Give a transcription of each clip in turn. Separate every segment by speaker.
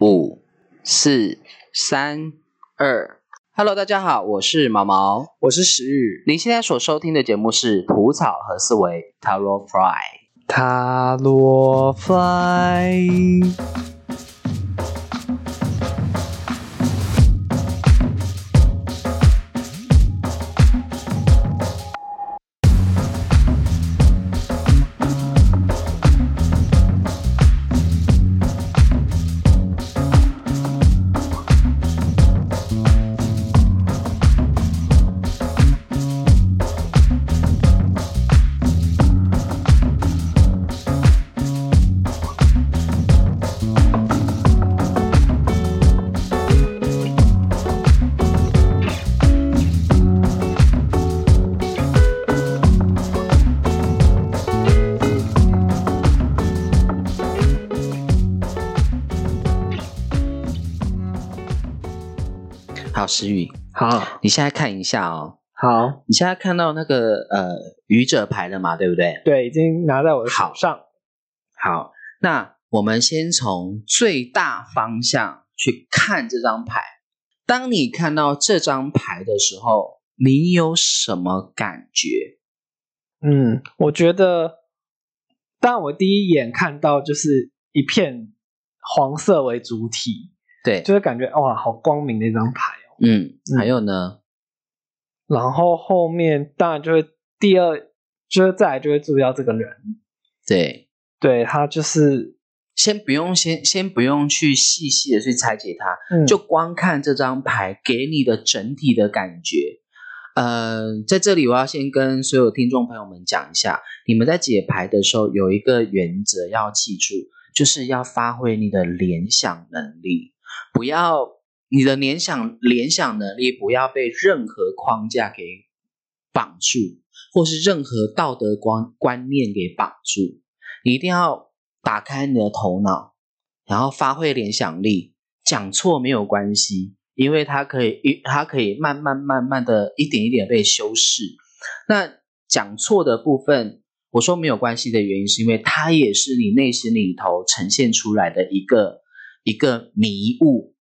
Speaker 1: 五、四、三、二。Hello，大家好，我是毛毛。
Speaker 2: 我是石宇。
Speaker 1: 您现在所收听的节目是《蒲草和思维 Tarot Fry》。
Speaker 2: 塔罗 fly，
Speaker 1: 好，石宇，
Speaker 2: 好，
Speaker 1: 你现在看一下哦，
Speaker 2: 好，
Speaker 1: 你现在看到那个呃愚者牌了嘛，对不对？
Speaker 2: 对，已经拿在我的手上。
Speaker 1: 好，那我们先从最大方向去看这张牌。当你看到这张牌的时候，你有什么感觉？
Speaker 2: 嗯，我觉得，但我第一眼看到就是一片黄色为主体，
Speaker 1: 对，
Speaker 2: 就是感觉哇，好光明的一张牌哦。
Speaker 1: 嗯，
Speaker 2: 嗯
Speaker 1: 还有呢？
Speaker 2: 然后后面当然就会第二，就是再来就会注意到这个人，
Speaker 1: 对，
Speaker 2: 对他就是，
Speaker 1: 先不用先先不用去细细的去拆解它，
Speaker 2: 嗯，
Speaker 1: 就光看这张牌给你的整体的感觉。呃，在这里我要先跟所有听众朋友们讲一下，你们在解牌的时候有一个原则要记住，就是要发挥你的联想能力，不要你的联想联想能力不要被任何框架给绑住，或是任何道德观观念给绑住。你一定要打开你的头脑，然后发挥联想力。讲错没有关系，因为它可以一它可以慢慢慢慢的一点一点被修饰。那讲错的部分，我说没有关系的原因，是因为它也是你内心里头呈现出来的一个一个迷雾，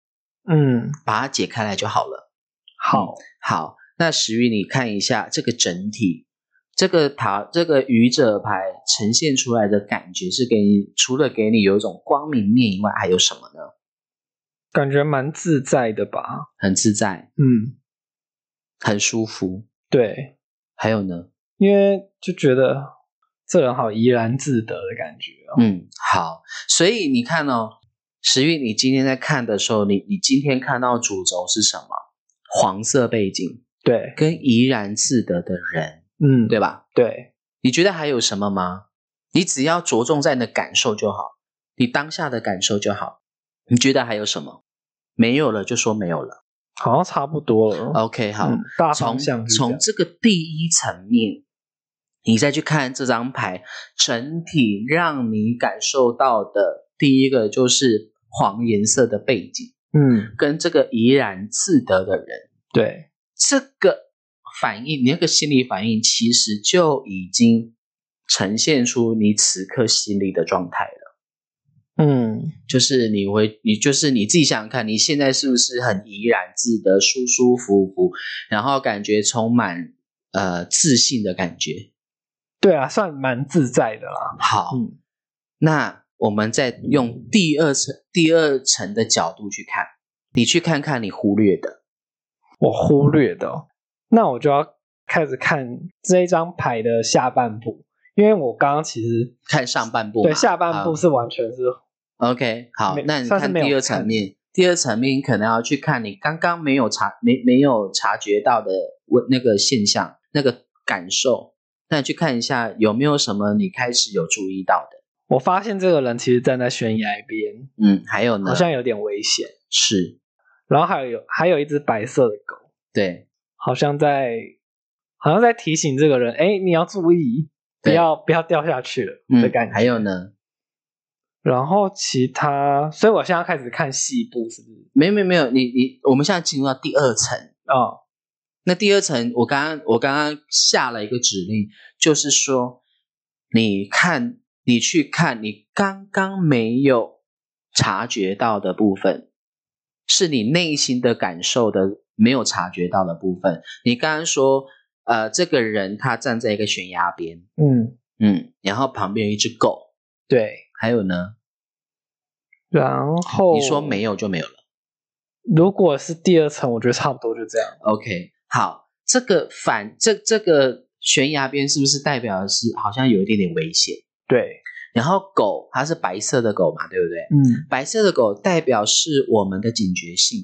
Speaker 2: 嗯，
Speaker 1: 把它解开来就好了。嗯
Speaker 2: 好，
Speaker 1: 好，那石玉，你看一下这个整体，这个塔，这个愚者牌呈现出来的感觉是给你，除了给你有一种光明面以外，还有什么呢？
Speaker 2: 感觉蛮自在的吧，
Speaker 1: 很自在，
Speaker 2: 嗯，
Speaker 1: 很舒服，
Speaker 2: 对，
Speaker 1: 还有呢？
Speaker 2: 因为就觉得这人好怡然自得的感觉哦。
Speaker 1: 嗯，好，所以你看哦，石玉，你今天在看的时候，你你今天看到主轴是什么？黄色背景
Speaker 2: 对，
Speaker 1: 跟怡然自得的人，
Speaker 2: 嗯，
Speaker 1: 对吧？
Speaker 2: 对，
Speaker 1: 你觉得还有什么吗？你只要着重在你的感受就好，你当下的感受就好。你觉得还有什么？没有了就说没有了。
Speaker 2: 好像差不多了。
Speaker 1: OK，好，哦
Speaker 2: 嗯，大
Speaker 1: 从
Speaker 2: 方向是这
Speaker 1: 从
Speaker 2: 样
Speaker 1: 这个第一层面，你再去看这张牌，整体让你感受到的第一个就是黄颜色的背景，
Speaker 2: 嗯，
Speaker 1: 跟这个怡然自得的人，
Speaker 2: 对，
Speaker 1: 这个反应，你那个心理反应，其实就已经呈现出你此刻心理的状态了。
Speaker 2: 嗯，
Speaker 1: 就是你会，你就是你自己想想看，你现在是不是很怡然自得、舒舒服服，然后感觉充满呃自信的感觉？
Speaker 2: 对啊，算蛮自在的啦。
Speaker 1: 好，
Speaker 2: 嗯
Speaker 1: 那我们再用第二层、第二层的角度去看，你去看看你忽略的，
Speaker 2: 我忽略的哦，那我就要开始看这一张牌的下半部，因为我刚刚其实
Speaker 1: 看上半部嘛，
Speaker 2: 对下半部
Speaker 1: 好
Speaker 2: 是完全是
Speaker 1: OK，好
Speaker 2: 没，
Speaker 1: 那你
Speaker 2: 算是
Speaker 1: 看
Speaker 2: 没有
Speaker 1: 第二
Speaker 2: 看
Speaker 1: 层面，第二层面你可能要去看你刚刚没有察没没有察觉到的问那个现象、那个感受，那你去看一下有没有什么你开始有注意到的。
Speaker 2: 我发现这个人其实站在悬崖边，
Speaker 1: 嗯，还有呢，
Speaker 2: 好像有点危险。
Speaker 1: 是
Speaker 2: 然后还有还有一只白色的狗，
Speaker 1: 对
Speaker 2: 好像在好像在提醒这个人，哎，你要注意，不
Speaker 1: 对
Speaker 2: 要不要掉下去了
Speaker 1: 嗯
Speaker 2: 的感觉。
Speaker 1: 还有呢，
Speaker 2: 然后其他，所以我现在开始看细部，是不是？
Speaker 1: 没有没有没有，你你我们现在进入到第二层，嗯
Speaker 2: 哦，
Speaker 1: 那第二层，我刚刚我刚刚下了一个指令，就是说，你看，你去看你刚刚没有察觉到的部分，是你内心的感受的没有察觉到的部分。你刚刚说，呃，这个人他站在一个悬崖边，
Speaker 2: 嗯，
Speaker 1: 嗯，然后旁边有一只狗，
Speaker 2: 对。
Speaker 1: 还有呢，
Speaker 2: 然后
Speaker 1: 你说没有就没有了。
Speaker 2: 如果是第二层，我觉得差不多就这样。
Speaker 1: OK，好，这个反这这个悬崖边是不是代表的是好像有一点点危险？
Speaker 2: 对，
Speaker 1: 然后狗它是白色的狗嘛，对不对？
Speaker 2: 嗯，
Speaker 1: 白色的狗代表是我们的警觉性，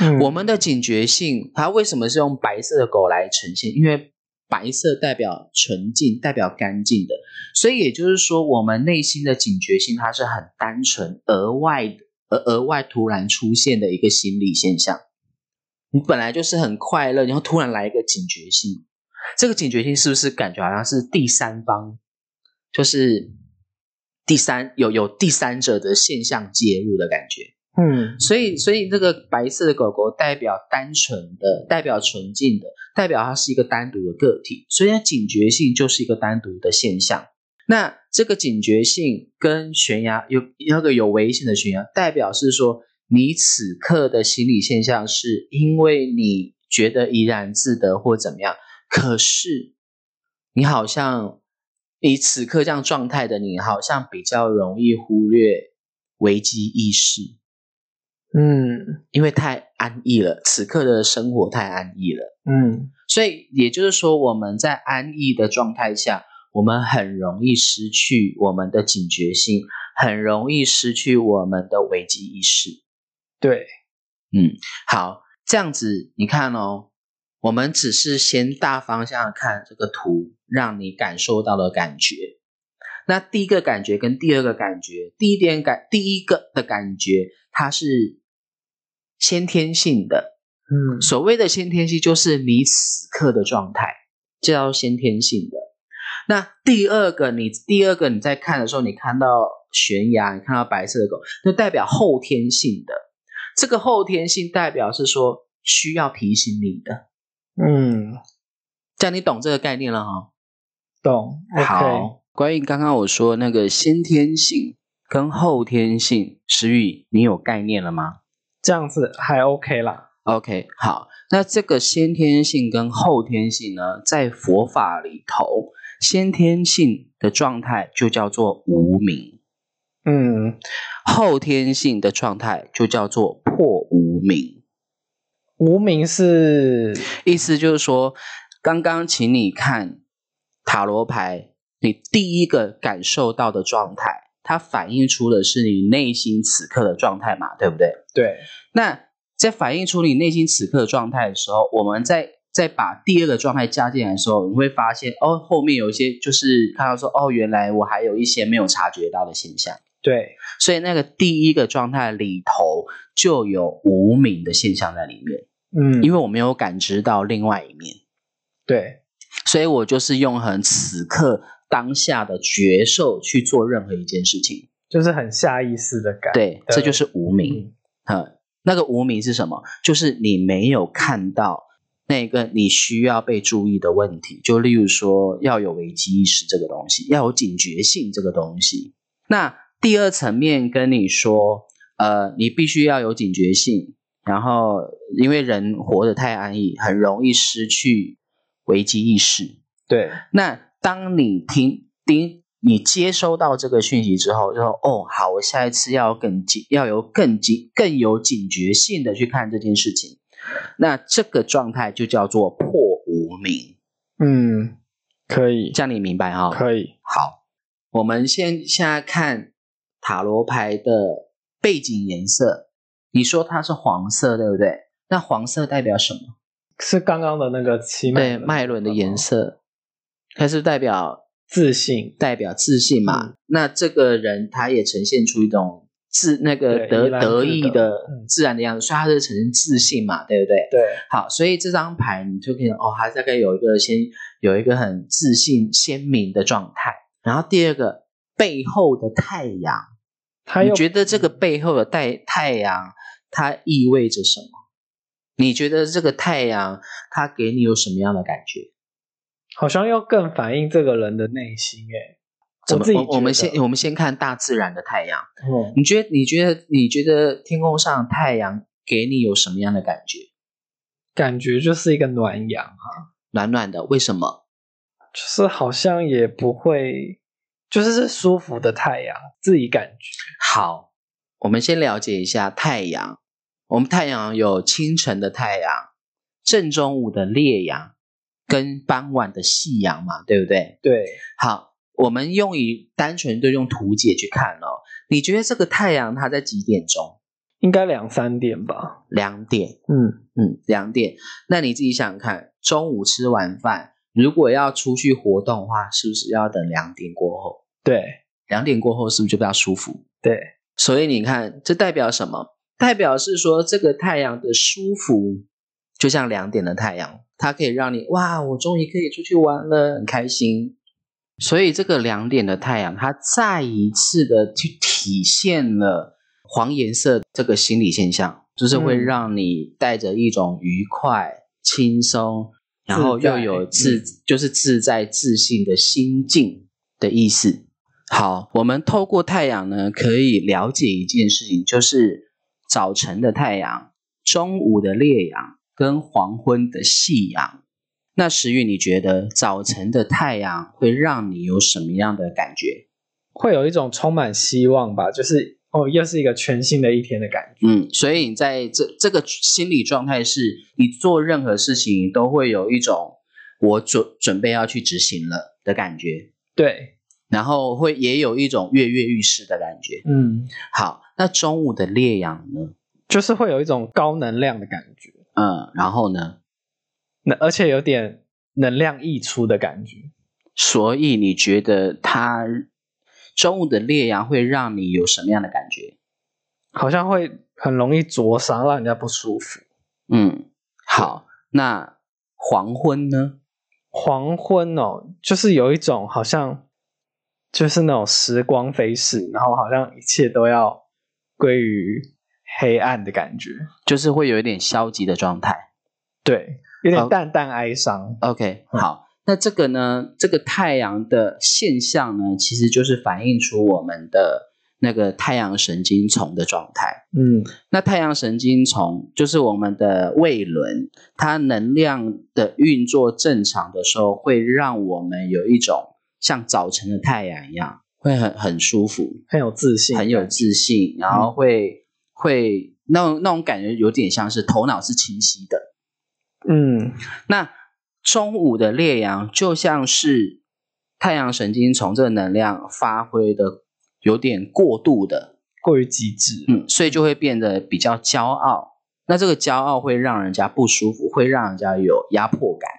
Speaker 2: 嗯
Speaker 1: 我们的警觉性，它为什么是用白色的狗来呈现？因为白色代表纯净，代表干净的，所以也就是说，我们内心的警觉性它是很单纯，额外额额外突然出现的一个心理现象。你本来就是很快乐，然后突然来一个警觉性，这个警觉性是不是感觉好像是第三方，就是第三有有第三者的现象介入的感觉？
Speaker 2: 嗯
Speaker 1: 所以，所以这个白色的狗狗代表单纯的，代表纯净的，代表它是一个单独的个体，所以它警觉性就是一个单独的现象。那这个警觉性跟悬崖有那个有危险的悬崖，代表是说你此刻的心理现象是因为你觉得怡然自得或怎么样，可是你好像你此刻这样状态的你，好像比较容易忽略危机意识。
Speaker 2: 嗯
Speaker 1: 因为太安逸了，此刻的生活太安逸了，
Speaker 2: 嗯，
Speaker 1: 所以也就是说，我们在安逸的状态下，我们很容易失去我们的警觉性，很容易失去我们的危机意识。
Speaker 2: 对，
Speaker 1: 好，这样子你看哦，我们只是先大方向看这个图，让你感受到的感觉。那第一个感觉跟第二个感觉，第一点感第一个的感觉，它是先天性的，
Speaker 2: 嗯
Speaker 1: 所谓的先天性就是你此刻的状态，这叫先天性的。那第二个你，第二个你在看的时候，你看到悬崖，你看到白色的狗，那代表后天性的。这个后天性代表是说需要提醒你的，
Speaker 2: 嗯，
Speaker 1: 这样你懂这个概念了哈、
Speaker 2: 懂。OK，
Speaker 1: 好，关于刚刚我说那个先天性跟后天性，石宇，你有概念了吗？
Speaker 2: 这样子还 OK 啦。
Speaker 1: OK，好，那这个先天性跟后天性呢，在佛法里头，先天性的状态就叫做无明，
Speaker 2: 嗯，
Speaker 1: 后天性的状态就叫做破无明。
Speaker 2: 无名是
Speaker 1: 意思就是说，刚刚请你看塔罗牌，你第一个感受到的状态，它反映出的是你内心此刻的状态嘛，对不对？
Speaker 2: 对，
Speaker 1: 那在反映出你内心此刻的状态的时候，我们再再把第二个状态加进来的时候，你会发现哦，后面有一些就是看到说哦，原来我还有一些没有察觉到的现象，
Speaker 2: 对，
Speaker 1: 所以那个第一个状态里头就有无名的现象在里面，
Speaker 2: 嗯，
Speaker 1: 因
Speaker 2: 为
Speaker 1: 为我没有感知到另外一面，
Speaker 2: 对，
Speaker 1: 所以我就是用很此刻当下的觉受去做任何一件事情，
Speaker 2: 就是很下意识的感。
Speaker 1: 对，这就是无名。
Speaker 2: 嗯
Speaker 1: 呃，那个无名是什么？就是你没有看到那个你需要被注意的问题。就例如说，要有危机意识这个东西，要有警觉性这个东西。那第二层面跟你说，呃，你必须要有警觉性，然后因为人活得太安逸，很容易失去危机意识。
Speaker 2: 对，
Speaker 1: 那当你听听你接收到这个讯息之后，就说哦，好，我下一次要更警，要有更警，更有警觉性的去看这件事情。那这个状态就叫做破无明，
Speaker 2: 嗯，可以，
Speaker 1: 这样你明白哈、
Speaker 2: 可以，
Speaker 1: 好，我们先现在看塔罗牌的背景颜色，你说它是黄色，对不对？那黄色代表什么？
Speaker 2: 是刚刚的那个奇
Speaker 1: 对，
Speaker 2: 美
Speaker 1: 脉轮的颜色，它是代表
Speaker 2: 自信，
Speaker 1: 代表自信嘛。
Speaker 2: 嗯
Speaker 1: 那这个人他也呈现出一种自那个
Speaker 2: 对
Speaker 1: 得
Speaker 2: 怡然
Speaker 1: 得
Speaker 2: 自
Speaker 1: 意
Speaker 2: 得
Speaker 1: 的
Speaker 2: 嗯
Speaker 1: 自然的样子，所以他是呈现自信嘛，对不对？
Speaker 2: 对，
Speaker 1: 好，所以这张牌你就可以哦，他大概有一个先有一个很自信鲜明的状态。然后第二个背后的太阳，
Speaker 2: 他
Speaker 1: 你
Speaker 2: 又嗯
Speaker 1: 觉得这个背后的太太阳它意味着什么？你觉得这个太阳它给你有什么样的感觉？
Speaker 2: 好像要更反映这个人的内心诶。哎
Speaker 1: 怎么
Speaker 2: 我自己
Speaker 1: 我我们
Speaker 2: 觉得
Speaker 1: 先我们先看大自然的太阳，
Speaker 2: 嗯，
Speaker 1: 你觉得你觉得你觉得天空上的太阳给你有什么样的感觉？
Speaker 2: 感觉就是一个暖阳啊，
Speaker 1: 暖暖的，为什么？
Speaker 2: 就是好像也不会，就是是舒服的太阳，自己感觉。
Speaker 1: 好，我们先了解一下太阳。我们太阳有清晨的太阳、正中午的烈阳跟傍晚的夕阳嘛，对不对？
Speaker 2: 对，
Speaker 1: 好，我们用以单纯的用图解去看哦。你觉得这个太阳它在几点钟？
Speaker 2: 应该两三点吧。
Speaker 1: 两点，
Speaker 2: 嗯，
Speaker 1: 嗯，两点。那你自己想想看，中午吃完饭，如果要出去活动的话，是不是要等两点过后？
Speaker 2: 对
Speaker 1: 两点过后是不是就比较舒服？
Speaker 2: 对，
Speaker 1: 所以你看，这代表什么？代表是说这个太阳的舒服，就像两点的太阳，它可以让你哇，我终于可以出去玩了，很开心。所以这个两点的太阳，它再一次的去体现了黄颜色这个心理现象，就是会
Speaker 2: 嗯
Speaker 1: 让你带着一种愉快、轻松，然后
Speaker 2: 自
Speaker 1: 又
Speaker 2: 在
Speaker 1: 有自、
Speaker 2: 嗯
Speaker 1: 就是自在自信的心境的意思。好，我们透过太阳呢，可以了解一件事情，就是早晨的太阳、中午的烈阳跟黄昏的夕阳。那石玉，你觉得早晨的太阳会让你有什么样的感觉？
Speaker 2: 会有一种充满希望吧，就是哦，又是一个全新的一天的感觉。
Speaker 1: 嗯，所以你在这这个心理状态是，你做任何事情都会有一种我准准备要去执行了的感觉，
Speaker 2: 对，
Speaker 1: 然后会也有一种跃跃欲试的感觉。
Speaker 2: 嗯，
Speaker 1: 好，那中午的烈阳呢？
Speaker 2: 就是会有一种高能量的感觉，
Speaker 1: 嗯，然后呢？
Speaker 2: 那而且有点能量溢出的感觉。
Speaker 1: 所以你觉得它中午的烈阳会让你有什么样的感觉？
Speaker 2: 好像会很容易灼伤，让人家不舒服。
Speaker 1: 嗯，好，那黄昏呢？
Speaker 2: 黄昏哦，就是有一种好像就是那种时光飞逝，然后好像一切都要归于黑暗的感觉，
Speaker 1: 就是会有一点消极的状态。
Speaker 2: 对，有点
Speaker 1: 好
Speaker 2: 淡淡哀伤。
Speaker 1: OK，
Speaker 2: 嗯
Speaker 1: 好，那这个呢，这个太阳的现象呢，其实就是反映出我们的那个太阳神经丛的状态。
Speaker 2: 嗯
Speaker 1: 那太阳神经丛就是我们的胃轮，它能量的运作正常的时候，会让我们有一种像早晨的太阳一样，会很很舒服，
Speaker 2: 很有自信，
Speaker 1: 很有自信，然后会、会那种那种感觉有点像是头脑是清晰的，
Speaker 2: 嗯，
Speaker 1: 那中午的烈阳就像是太阳神经从这个能量发挥的有点过度的，
Speaker 2: 过于极致。
Speaker 1: 嗯，所以就会变得比较骄傲。那这个骄傲会让人家不舒服，会让人家有压迫感，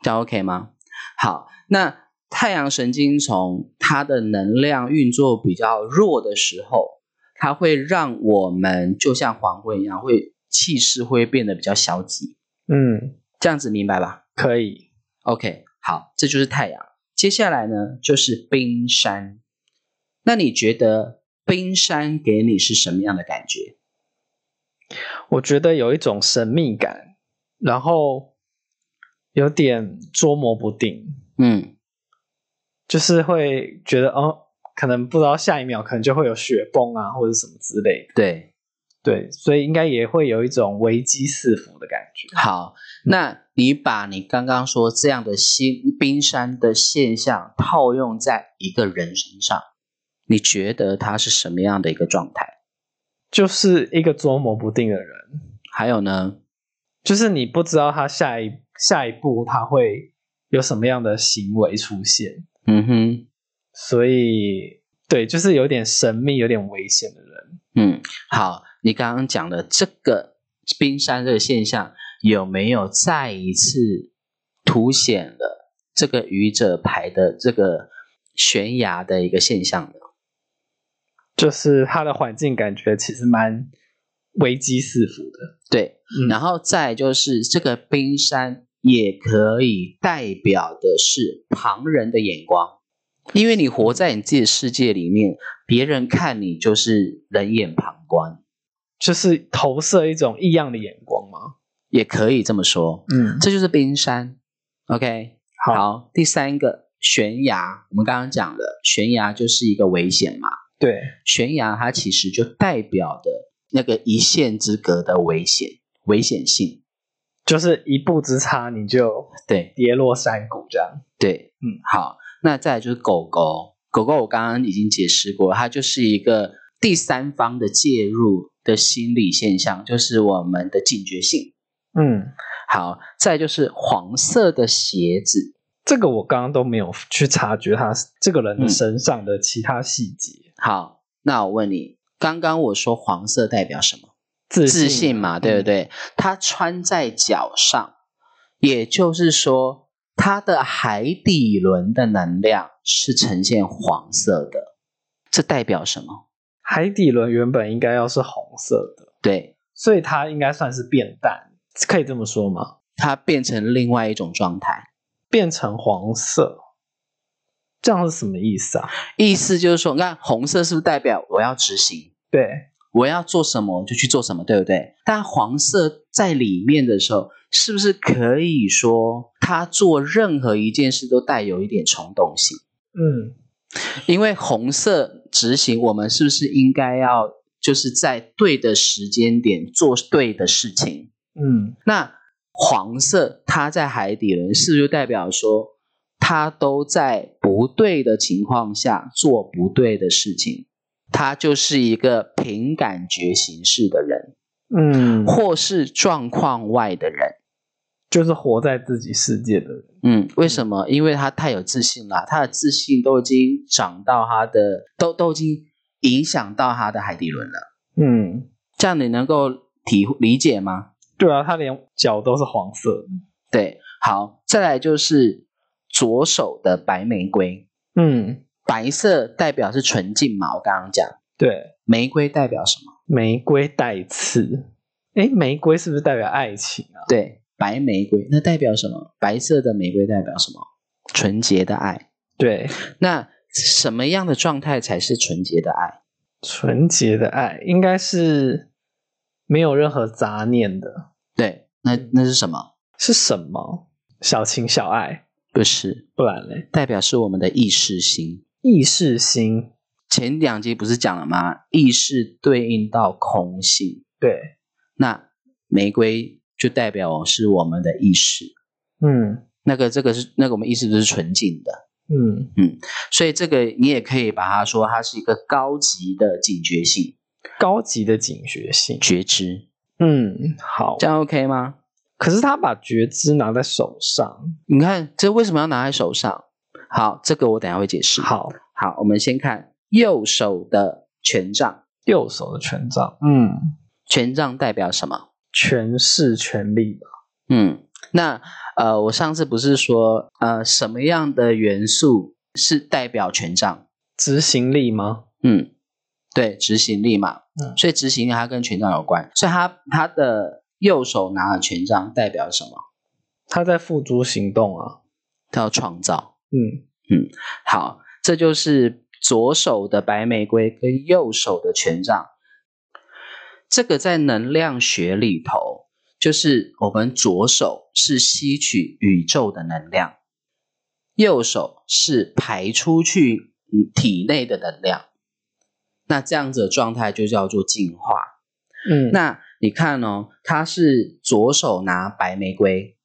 Speaker 1: 这样 OK 吗？好，那太阳神经丛它的能量运作比较弱的时候，它会让我们就像黄昏一样，会气势会变得比较消极，
Speaker 2: 嗯，
Speaker 1: 这样子明白吧？
Speaker 2: 可以。
Speaker 1: OK，好，这就是太阳。接下来呢，就是冰山。那你觉得冰山给你是什么样的感觉？
Speaker 2: 我觉得有一种神秘感，然后有点捉摸不定。
Speaker 1: 嗯，
Speaker 2: 就是会觉得哦，可能不知道下一秒可能就会有雪崩啊，或者什么之类的。
Speaker 1: 对，
Speaker 2: 对，所以应该也会有一种危机四伏的感觉。
Speaker 1: 好，那你把你刚刚说这样的新冰山的现象套用在一个人身上，你觉得他是什么样的一个状态？
Speaker 2: 就是一个捉摸不定的人，
Speaker 1: 还有呢？
Speaker 2: 就是你不知道他下一下一步他会有什么样的行为出现，
Speaker 1: 嗯哼，
Speaker 2: 所以对，就是有点神秘、有点危险的人。
Speaker 1: 嗯，好，你刚刚讲的这个冰山这个现象，有没有再一次凸显了这个愚者牌的这个悬崖的一个现象呢？
Speaker 2: 就是他的环境感觉其实蛮危机四伏的，
Speaker 1: 对，
Speaker 2: 嗯
Speaker 1: 然后再就是这个冰山也可以代表的是旁人的眼光，因为你活在你自己的世界里面，别人看你就是冷眼旁观，
Speaker 2: 就是投射一种异样的眼光嘛。
Speaker 1: 也可以这么说，
Speaker 2: 嗯，
Speaker 1: 这就是冰山。OK，
Speaker 2: 好，
Speaker 1: 好，第三个悬崖，我们刚刚讲了，悬崖就是一个危险嘛。
Speaker 2: 对，
Speaker 1: 悬崖它其实就代表的那个一线之隔的危险、危险性。
Speaker 2: 就是一步之差你就
Speaker 1: 对
Speaker 2: 跌落山谷这样。
Speaker 1: 对，
Speaker 2: 嗯，
Speaker 1: 好，那再来就是狗狗，狗狗我刚刚已经解释过，它就是一个第三方的介入的心理现象，就是我们的警觉性。
Speaker 2: 嗯，
Speaker 1: 好，再来就是黄色的鞋子，
Speaker 2: 这个我刚刚都没有去察觉他这个人的
Speaker 1: 嗯
Speaker 2: 身上的其他细节。
Speaker 1: 好，那我问你，刚刚我说黄色代表什么？
Speaker 2: 自
Speaker 1: 自信啊嘛，对不？
Speaker 2: 嗯
Speaker 1: 对？它穿在脚上，也就是说，它的海底轮的能量是呈现黄色的，这代表什么？
Speaker 2: 海底轮原本应该要是红色的，
Speaker 1: 对，
Speaker 2: 所以它应该算是变淡，可以这么说吗？
Speaker 1: 它变成另外一种状态。
Speaker 2: 变成黄色，这样是什么意思啊？
Speaker 1: 意思就是说，你看红色是不是代表我要执行，
Speaker 2: 对，
Speaker 1: 我要做什么我就去做什么，对不对？但黄色在里面的时候，是不是可以说它做任何一件事都带有一点冲动性？
Speaker 2: 嗯，
Speaker 1: 因为红色执行，我们是不是应该要就是在对的时间点做对的事情？
Speaker 2: 嗯，
Speaker 1: 那黄色它在海底轮，是不是就代表说它都在不对的情况下做不对的事情？他就是一个凭感觉行事的人，
Speaker 2: 嗯，
Speaker 1: 或是状况外的人。
Speaker 2: 就是活在自己世界的人。
Speaker 1: 嗯，为什么？因为他太有自信了，他的自信都已经长到他的，都都已经影响到他的海底轮了。
Speaker 2: 嗯，
Speaker 1: 这样你能够体理解吗？
Speaker 2: 对啊，他连脚都是黄色的。
Speaker 1: 对，好，再来就是左手的白玫瑰，
Speaker 2: 嗯，
Speaker 1: 白色代表是纯净嘛，我刚刚讲，
Speaker 2: 对，
Speaker 1: 玫瑰代表什么？
Speaker 2: 玫瑰带刺。诶，玫瑰是不是代表爱情啊？
Speaker 1: 对，白玫瑰，那代表什么？白色的玫瑰代表什么？纯洁的爱。
Speaker 2: 对，
Speaker 1: 那什么样的状态才是纯洁的爱？
Speaker 2: 纯洁的爱应该是没有任何杂念的，
Speaker 1: 对，那那是什么？
Speaker 2: 是什么？小情小爱，
Speaker 1: 不是，
Speaker 2: 不然嘞？
Speaker 1: 代表是我们的意识心。
Speaker 2: 意识心，
Speaker 1: 前两集不是讲了吗？意识对应到空性，
Speaker 2: 对，
Speaker 1: 那玫瑰就代表是我们的意识。
Speaker 2: 嗯
Speaker 1: 那个这个是那个我们意识都是纯净的，
Speaker 2: 嗯
Speaker 1: 所以这个你也可以把它说它是一个高级的警觉性
Speaker 2: 高级的警觉性，
Speaker 1: 觉知，
Speaker 2: 嗯，好
Speaker 1: 这。样 OK 吗？
Speaker 2: 可是他把觉知拿在手上，
Speaker 1: 你看这为什么要拿在手上？好，这个我等一下会解释。，
Speaker 2: 好，
Speaker 1: 好，我们先看右手的权杖，
Speaker 2: 右手的权杖，嗯，
Speaker 1: 权杖代表什么？
Speaker 2: 权势权力吧，
Speaker 1: 嗯，那呃，我上次不是说呃，什么样的元素是代表权杖？
Speaker 2: 执行力吗？
Speaker 1: 嗯，对，执行力嘛，
Speaker 2: 嗯
Speaker 1: 所以执行力它跟权杖有关，所以他他的右手拿了权杖代表什么？
Speaker 2: 他在付诸行动啊，
Speaker 1: 他要创造。
Speaker 2: 嗯，
Speaker 1: 好，这就是左手的白玫瑰跟右手的权杖。这个在能量学里头，就是我们左手是吸取宇宙的能量，右手是排出去嗯体内的能量。那这样子的状态就叫做进化。
Speaker 2: 嗯，
Speaker 1: 那你看哦，它是左手拿白玫瑰，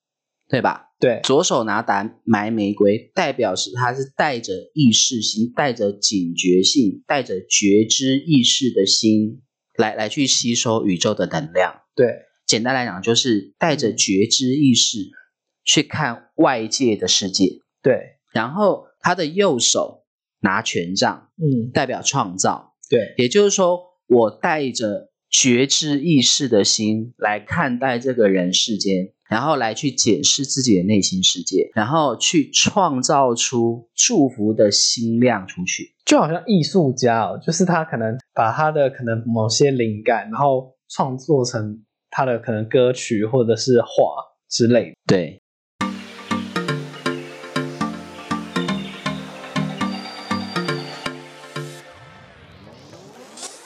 Speaker 1: 对吧？
Speaker 2: 对，
Speaker 1: 左手拿白白玫瑰，代表是他是带着意识心、带着警觉性、带着觉知意识的心来来去吸收宇宙的能量。
Speaker 2: 对，
Speaker 1: 简单来讲，就是带着觉知意识去看外界的世界。
Speaker 2: 对，
Speaker 1: 然后他的右手拿权杖，
Speaker 2: 嗯，
Speaker 1: 代表创造，
Speaker 2: 对，
Speaker 1: 也就是说，我带着觉知意识的心来看待这个人世间，然后来去检视自己的内心世界，然后去创造出祝福的心量出去。
Speaker 2: 就好像艺术家哦，就是他可能把他的可能某些灵感，然后创作成他的可能歌曲或者是画之类的。
Speaker 1: 对，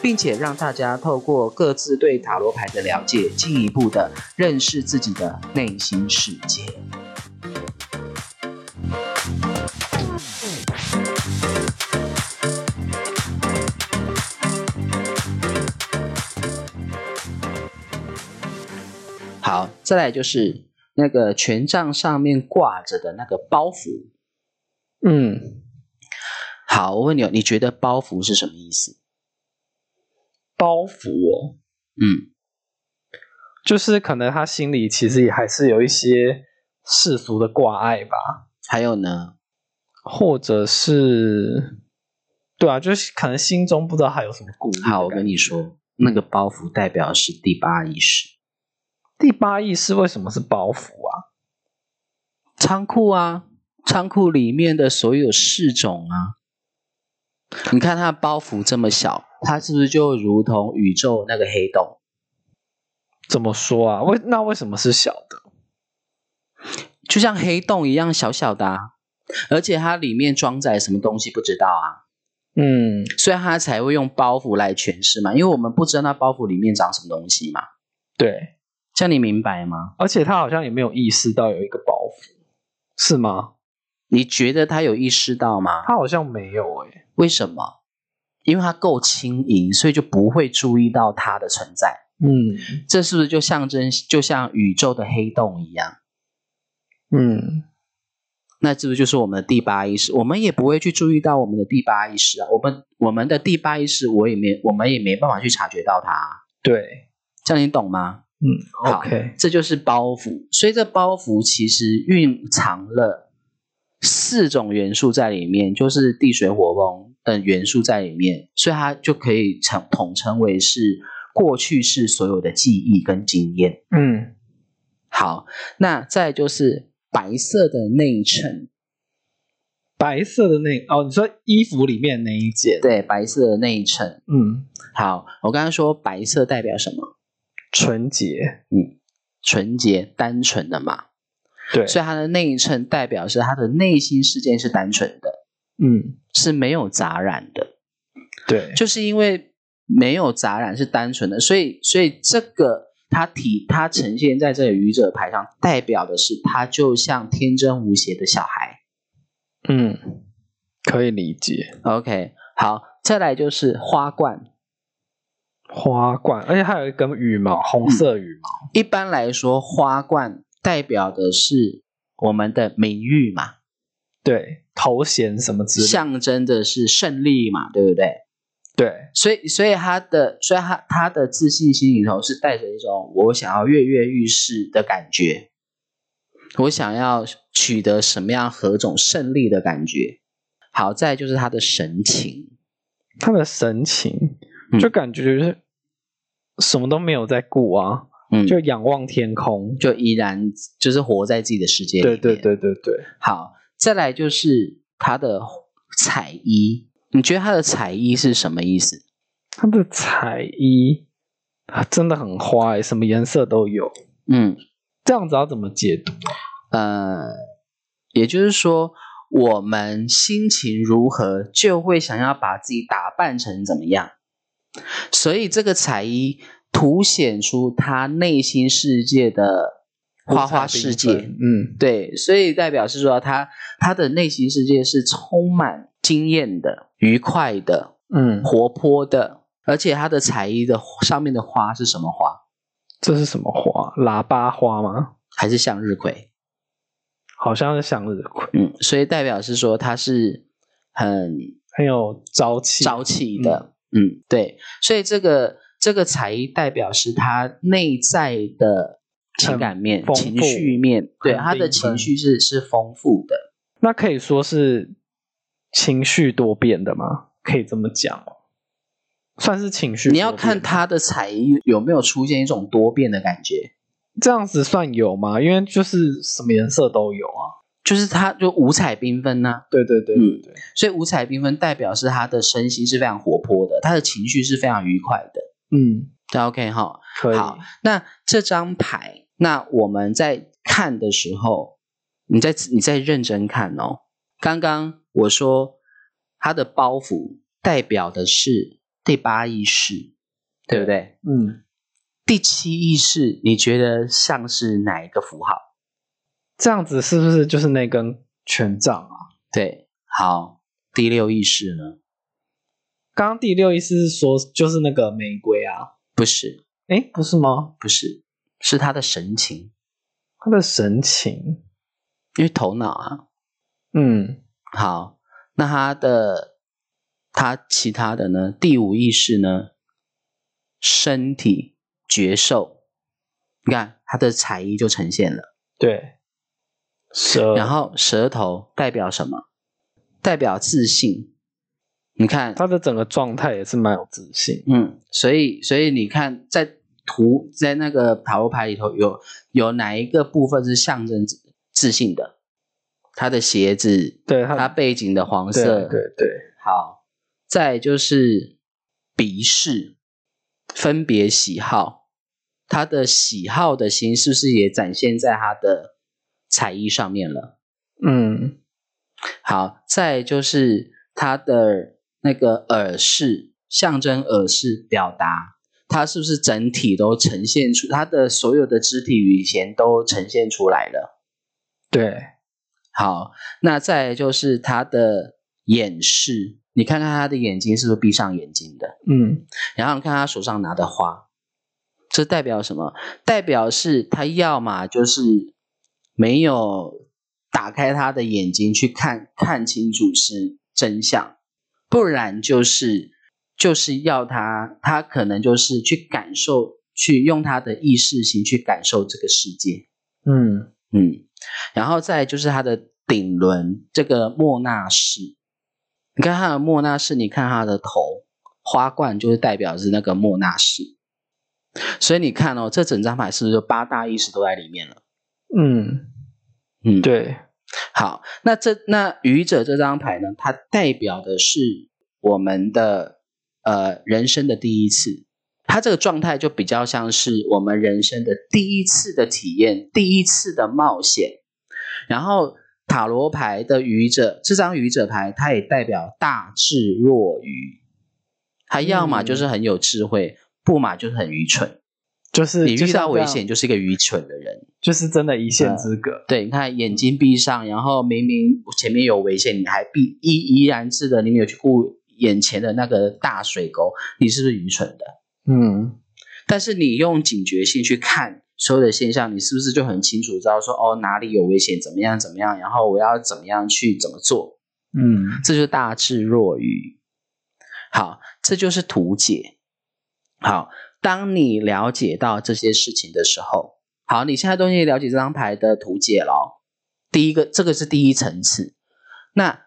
Speaker 1: 并且让大家透过各自对塔罗牌的了解，进一步的认识自己的内心世界。好，再来就是那个权杖上面挂着的那个包袱。
Speaker 2: 嗯，
Speaker 1: 好，我问你哦，你觉得包袱是什么意思？
Speaker 2: 包袱哦，
Speaker 1: 嗯，
Speaker 2: 就是可能他心里其实也还是有一些世俗的挂碍吧，
Speaker 1: 还有呢？
Speaker 2: 或者是，对啊，就是可能心中不知道他有什么顾虑。
Speaker 1: 好，我跟你，说，那个包袱代表的是第八意识，
Speaker 2: 第八意识为什么是包袱啊？
Speaker 1: 仓库啊，仓库里面的所有事种啊。你看它的包袱这么小，它是不是就如同宇宙那个黑洞？
Speaker 2: 怎么说啊？为那为什么是小的？
Speaker 1: 就像黑洞一样小小的啊，而且它里面装载什么东西不知道啊，
Speaker 2: 嗯，
Speaker 1: 所以它才会用包袱来诠释嘛，因为我们不知道那包袱里面长什么东西嘛。
Speaker 2: 对，
Speaker 1: 这样你明白吗？
Speaker 2: 而且他好像也没有意识到有一个包袱，是吗？
Speaker 1: 你觉得他有意识到吗？
Speaker 2: 他好像没有欸诶、
Speaker 1: 为什么？因为它够轻盈，所以就不会注意到它的存在。
Speaker 2: 嗯
Speaker 1: 这是不是就象征，就像宇宙的黑洞一样？
Speaker 2: 嗯，
Speaker 1: 那是不是就是我们的第八意识？我们也不会去注意到我们的第八意识啊。我们我们的第八意识，我也没，我们也没办法去察觉到它啊、
Speaker 2: 对，
Speaker 1: 这样你懂吗？
Speaker 2: 嗯
Speaker 1: 好
Speaker 2: ，OK，
Speaker 1: 这就是包袱。所以这包袱其实蕴藏了四种元素在里面，就是地水火风等元素在里面，所以它就可以称统称为是过去式所有的记忆跟经验。
Speaker 2: 嗯，
Speaker 1: 好，那再就是白色的内衬，
Speaker 2: 白色的那哦，你说衣服里面那一件，，
Speaker 1: 对，白色的内衬。
Speaker 2: 嗯，
Speaker 1: 好，我刚刚说白色代表什么？
Speaker 2: 纯洁，
Speaker 1: 纯洁、单纯的嘛，
Speaker 2: 对，
Speaker 1: 所以它的内衬代表是他的内心世界是单纯的。
Speaker 2: 嗯，
Speaker 1: 是没有杂染的，
Speaker 2: 对，
Speaker 1: 就是因为没有杂染是单纯的，所以所以这个它体它呈现在这个愚者牌上，代表的是他就像天真无邪的小孩。
Speaker 2: 嗯，可以理解。
Speaker 1: OK，好，再来就是花冠。
Speaker 2: 花冠，而且还有一根羽毛，红色羽毛。
Speaker 1: 一般来说，花冠代表的是我们的名誉嘛，
Speaker 2: 对，头衔什么之类的。
Speaker 1: 象征的是胜利嘛，对不对？
Speaker 2: 对，
Speaker 1: 所以，所以他的，所以他他的自信心里头是带着一种我想要跃跃欲试的感觉，我想要取得什么样何种胜利的感觉。好在就是他的神情，
Speaker 2: 他的神情
Speaker 1: 嗯
Speaker 2: 就感觉就是什么都没有在顾啊，
Speaker 1: 嗯，就
Speaker 2: 就仰望天空。
Speaker 1: 就依然就是活在自己的世界里
Speaker 2: 对
Speaker 1: 面。
Speaker 2: 对。对对对，
Speaker 1: 好，再来就是他的彩衣，你觉得他的彩衣是什么意思？
Speaker 2: 他的彩衣啊真的很花、欸，什么颜色都有。
Speaker 1: 嗯，
Speaker 2: 这样子要怎么解读？
Speaker 1: 呃，也就是说，我们心情如何，就会想要把自己打扮成怎么样。所以这个彩衣凸显出他内心世界的花花世
Speaker 2: 五彩
Speaker 1: 界
Speaker 2: 缤，纷嗯，
Speaker 1: 对，所以代表是说他他的内心世界是充满经验的、愉快的、
Speaker 2: 嗯，
Speaker 1: 活泼的，而且他的彩衣的上面的花是什么花？
Speaker 2: 这是什么花？喇叭花吗？
Speaker 1: 还是向日葵？
Speaker 2: 好像是向日葵，
Speaker 1: 嗯，所以代表是说他是很
Speaker 2: 很有朝气。
Speaker 1: 朝气的，嗯对，所以这个这个才艺代表是他内在的情感面
Speaker 2: 很、丰富
Speaker 1: 情绪面，嗯对
Speaker 2: 很
Speaker 1: 他的
Speaker 2: 缤纷
Speaker 1: 情绪是是丰富的，
Speaker 2: 那可以说是情绪多变的吗？可以这么讲吗算是情绪多变。
Speaker 1: 你要看他的才艺有没有出现一种多变的感觉，
Speaker 2: 这样子算有吗？因为就是什么颜色都有啊。
Speaker 1: 就是他就五彩缤纷呐、
Speaker 2: 对对对对对，
Speaker 1: 所以五彩缤纷代表是他的身心是非常活泼的，他的情绪是非常愉快的。
Speaker 2: 嗯，
Speaker 1: 这样 OK 哈，
Speaker 2: 可以。
Speaker 1: 好那这张牌，那我们在看的时候，你再你再认真看哦。刚刚我说它的包袱代表的是第八意识，对不对？
Speaker 2: 嗯，
Speaker 1: 第七意识，你觉得像是哪一个符号？
Speaker 2: 这样子是不是就是那根权杖啊？
Speaker 1: 对，好，第六意识呢？
Speaker 2: 刚刚第六意思是说，就是那个玫瑰啊？
Speaker 1: 不是，
Speaker 2: 诶，不是吗？
Speaker 1: 不是，是他的神情，
Speaker 2: 他的神情，
Speaker 1: 因为头脑啊，
Speaker 2: 嗯，
Speaker 1: 好，那他的他其他的呢？第五意识呢？身体觉受，你看他的才艺就呈现了。
Speaker 2: 对，蛇，
Speaker 1: 然后舌头代表什么？代表自信。你看，
Speaker 2: 他的整个状态也是蛮有自信。
Speaker 1: 嗯，所以所以你看，在图在那个塔罗牌里头有有哪一个部分是象征自自信的？他的鞋子，
Speaker 2: 对他
Speaker 1: 他背景的黄
Speaker 2: 对
Speaker 1: 色，
Speaker 2: 对对，
Speaker 1: 好，再就是鼻视，分别喜好，他的喜好的形式是也展现在他的才艺上面了。
Speaker 2: 嗯，
Speaker 1: 好，再就是他的那个耳饰，象征耳饰表达，他是不是整体都呈现出他的所有的肢体语言都呈现出来了？
Speaker 2: 对，
Speaker 1: 好，那再来就是他的眼饰，你看看他的眼睛是不是闭上眼睛的？
Speaker 2: 嗯，
Speaker 1: 然后你看他手上拿的花，这代表什么？代表是他要么就是没有打开他的眼睛去看看清楚是真相，不然就是就是要他他可能就是去感受，去用他的意识型去感受这个世界，
Speaker 2: 嗯，
Speaker 1: 嗯，然后再来就是他的顶轮这个莫纳士，你看他的莫纳士，你看他的头花冠就是代表是那个莫纳士，所以你看哦，这整张牌是不是就八大意识都在里面了？
Speaker 2: 嗯，
Speaker 1: 嗯，。
Speaker 2: 对，
Speaker 1: 好，那这那愚者这张牌呢，它代表的是我们的呃人生的第一次，它这个状态就比较像是我们人生的第一次的体验，第一次的冒险。然后塔罗牌的愚者，这张愚者牌它也代表大智若愚，它要么就是
Speaker 2: 嗯
Speaker 1: 很有智慧，不嘛就是很愚蠢。
Speaker 2: 就是
Speaker 1: 你
Speaker 2: 就
Speaker 1: 遇
Speaker 2: 像
Speaker 1: 到
Speaker 2: 这
Speaker 1: 危
Speaker 2: 样
Speaker 1: 险就是一嗯个愚蠢的人。
Speaker 2: 就是真的一线之隔。
Speaker 1: 对，你看眼睛闭上，然后明明前面有危险，你还必依依然是的，你没有去顾眼前的那个大水沟，你是不是愚蠢的？
Speaker 2: 嗯，
Speaker 1: 但是你用警觉性去看所有的现象，你是不是就很清楚知道说哦哪里有危险，怎么样怎么样，然后我要怎么样去怎么做？
Speaker 2: 嗯，
Speaker 1: 这就是大智若愚。好，这就是图解。好，当你了解到这些事情的时候，好，你现在东西了解这张牌的图解了。哦第一个，这个是第一层次。那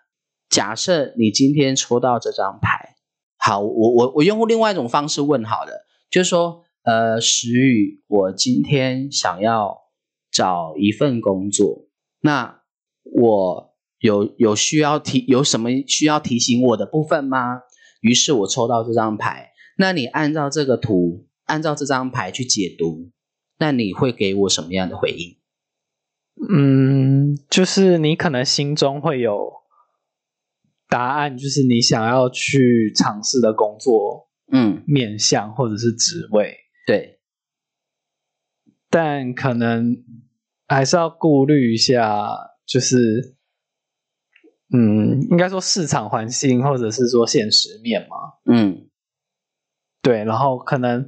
Speaker 1: 假设你今天抽到这张牌，好，我我我用另外一种方式问好了，就是说，呃，石宇，我今天想要找一份工作，那我有有需要提有什么需要提醒我的部分吗？于是我抽到这张牌，那你按照这个图，按照这张牌去解读，那你会给我什么样的回应？
Speaker 2: 嗯，就是你可能心中会有答案，就是你想要去尝试的工作
Speaker 1: 嗯，
Speaker 2: 面向或者是职位，
Speaker 1: 对，
Speaker 2: 但可能还是要顾虑一下，就是。嗯，应该说市场环境，或者是说现实面嘛。
Speaker 1: 嗯
Speaker 2: 对，然后可能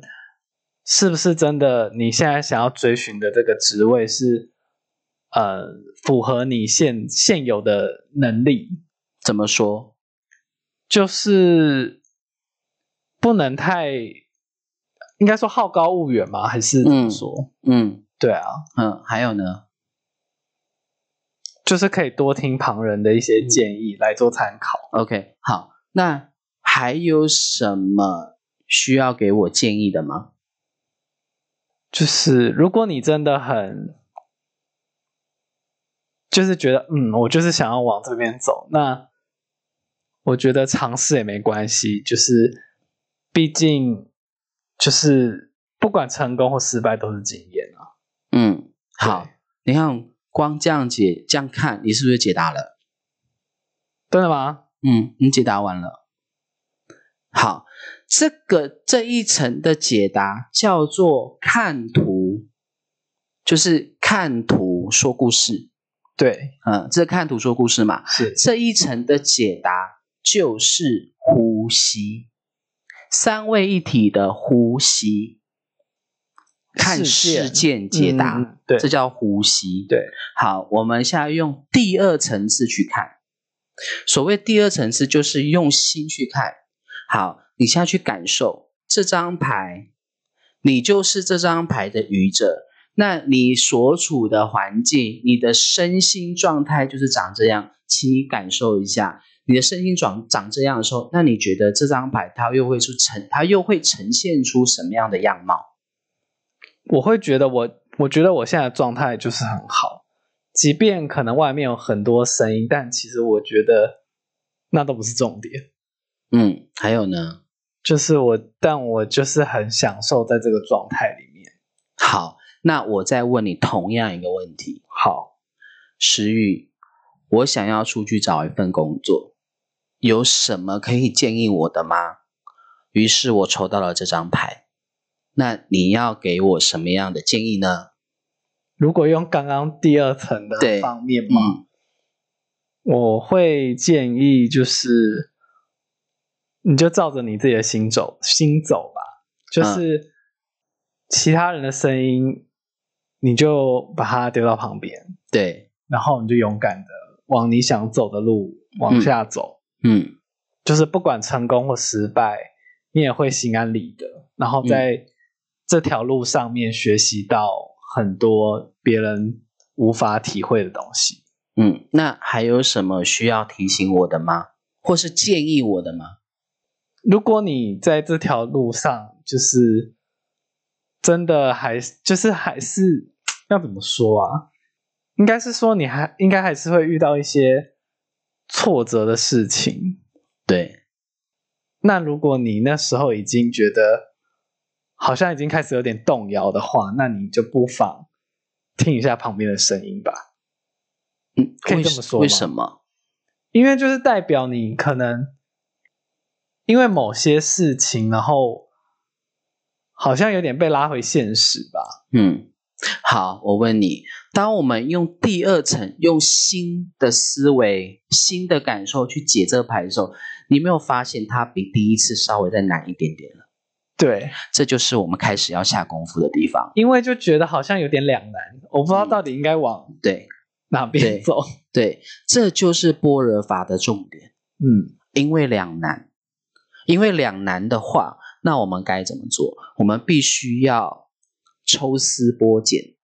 Speaker 2: 是不是真的你现在想要追寻的这个职位是呃符合你现现有的能力，
Speaker 1: 怎么说？
Speaker 2: 就是不能太应该说好高骛远吗？还是怎么
Speaker 1: 嗯
Speaker 2: 说？
Speaker 1: 嗯
Speaker 2: 对啊，
Speaker 1: 嗯，还有呢？
Speaker 2: 就是可以多听旁人的一些
Speaker 1: 嗯
Speaker 2: 建议来做参考。
Speaker 1: OK，好，那还有什么需要给我建议的吗？
Speaker 2: 就是如果你真的很，就是觉得嗯，我就是想要往这边走，那我觉得尝试也没关系，就是毕竟就是不管成功或失败都是经验啊。
Speaker 1: 嗯，好
Speaker 2: 对，，
Speaker 1: 你看光这样解这样看，你是不是解答了？
Speaker 2: 真的吗？
Speaker 1: 嗯，你解答完了。好，这个这一层的解答叫做看图，就是看图说故事。
Speaker 2: 对，
Speaker 1: 嗯，这看图说故事嘛，
Speaker 2: 是
Speaker 1: 这一层的解答就是呼吸，三位一体的呼吸，看事
Speaker 2: 事
Speaker 1: 件
Speaker 2: 件
Speaker 1: 解答，
Speaker 2: 嗯嗯嗯对
Speaker 1: 这叫呼吸。
Speaker 2: 对，
Speaker 1: 好，我们现在用第二层次去看。所谓第二层次，就是用心去看。好，你现在去感受这张牌，你就是这张牌的愚者。那你所处的环境，你的身心状态就是长这样，请你感受一下。你的身心长长这样的时候，那你觉得这张牌它又会出呈，它又会呈现出什么样的样貌？
Speaker 2: 我会觉得我，我觉得我现在的状态就是很好，即便可能外面有很多声音，但其实我觉得那都不是重点，
Speaker 1: 嗯，还有呢？
Speaker 2: 就是我，但我就是很享受在这个状态里面。
Speaker 1: 好，那我再问你同样一个问题，
Speaker 2: 好，
Speaker 1: 石宇，我想要出去找一份工作，有什么可以建议我的吗？于是我抽到了这张牌，那你要给我什么样的建议呢？
Speaker 2: 如果用刚刚第二层的
Speaker 1: 对
Speaker 2: 方面嘛，
Speaker 1: 嗯
Speaker 2: 我会建议就是，你就照着你自己的心走，心走吧。
Speaker 1: 嗯
Speaker 2: 就是其他人的声音，你就把它丢到旁边，
Speaker 1: 对，
Speaker 2: 然后你就勇敢的往你想走的路往下走。
Speaker 1: 嗯
Speaker 2: 就是不管成功或失败，你也会心安理得。然后在这条路上面学习到很多别人无法体会的东西。
Speaker 1: 嗯，那还有什么需要提醒我的吗？或是建议我的吗？
Speaker 2: 如果你在这条路上，就是真的还就是还是要怎么说啊？应该是说你还应该还是会遇到一些挫折的事情。
Speaker 1: 对，
Speaker 2: 那如果你那时候已经觉得好像已经开始有点动摇的话，那你就不妨听一下旁边的声音吧。
Speaker 1: 嗯，
Speaker 2: 可以
Speaker 1: 为
Speaker 2: 这
Speaker 1: 什
Speaker 2: 么说
Speaker 1: 为
Speaker 2: 吗
Speaker 1: 什么？
Speaker 2: 因为就是代表你可能因为某些事情，然后好像有点被拉回现实吧。
Speaker 1: 嗯，好，我问你，当我们用第二层、用新的思维、新的感受去解这个牌的时候，你有没有发现它比第一次稍微再难一点点了？
Speaker 2: 对，
Speaker 1: 这就是我们开始要下功夫的地方。
Speaker 2: 因为就觉得好像有点两难，我不知道到底应该往
Speaker 1: 对
Speaker 2: 哪
Speaker 1: 对
Speaker 2: 边走。
Speaker 1: 对，这就是般若法的重点，
Speaker 2: 嗯，
Speaker 1: 因为两难，因为两难的话，那我们该怎么做？我们必须要抽丝剥茧。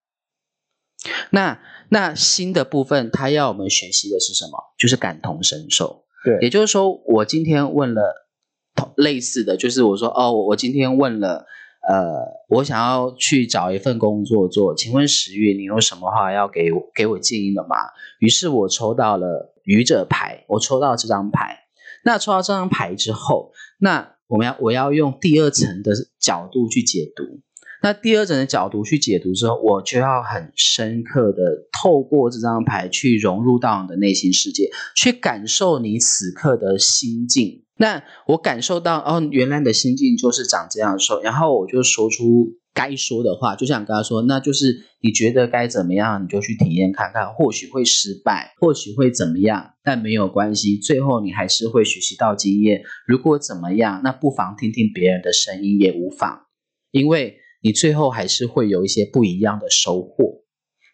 Speaker 1: 那那新的部分，它要我们学习的是什么？就是感同身受。也
Speaker 2: 对，
Speaker 1: 就是说，我今天问了同类似的，就是我说哦，我我今天问了，呃，我想要去找一份工作做，请问石玉，你有什么话要给我给我建议的吗？于是我抽到了愚者牌，我抽到这张牌。那抽到这张牌之后，那我们要我要用第二层的角度去解读。那第二层的角度去解读之后，我就要很深刻的透过这张牌去融入到你的内心世界，去感受你此刻的心境。那我感受到哦，原来你的心境就是长这样的时候，然后我就说出该说的话，就像刚刚说，那就是你觉得该怎么样，你就去体验看看，或许会失败，或许会怎么样，但没有关系，最后你还是会学习到经验。如果怎么样，那不妨听听别人的声音也无妨，因为你最后还是会有一些不一样的收获。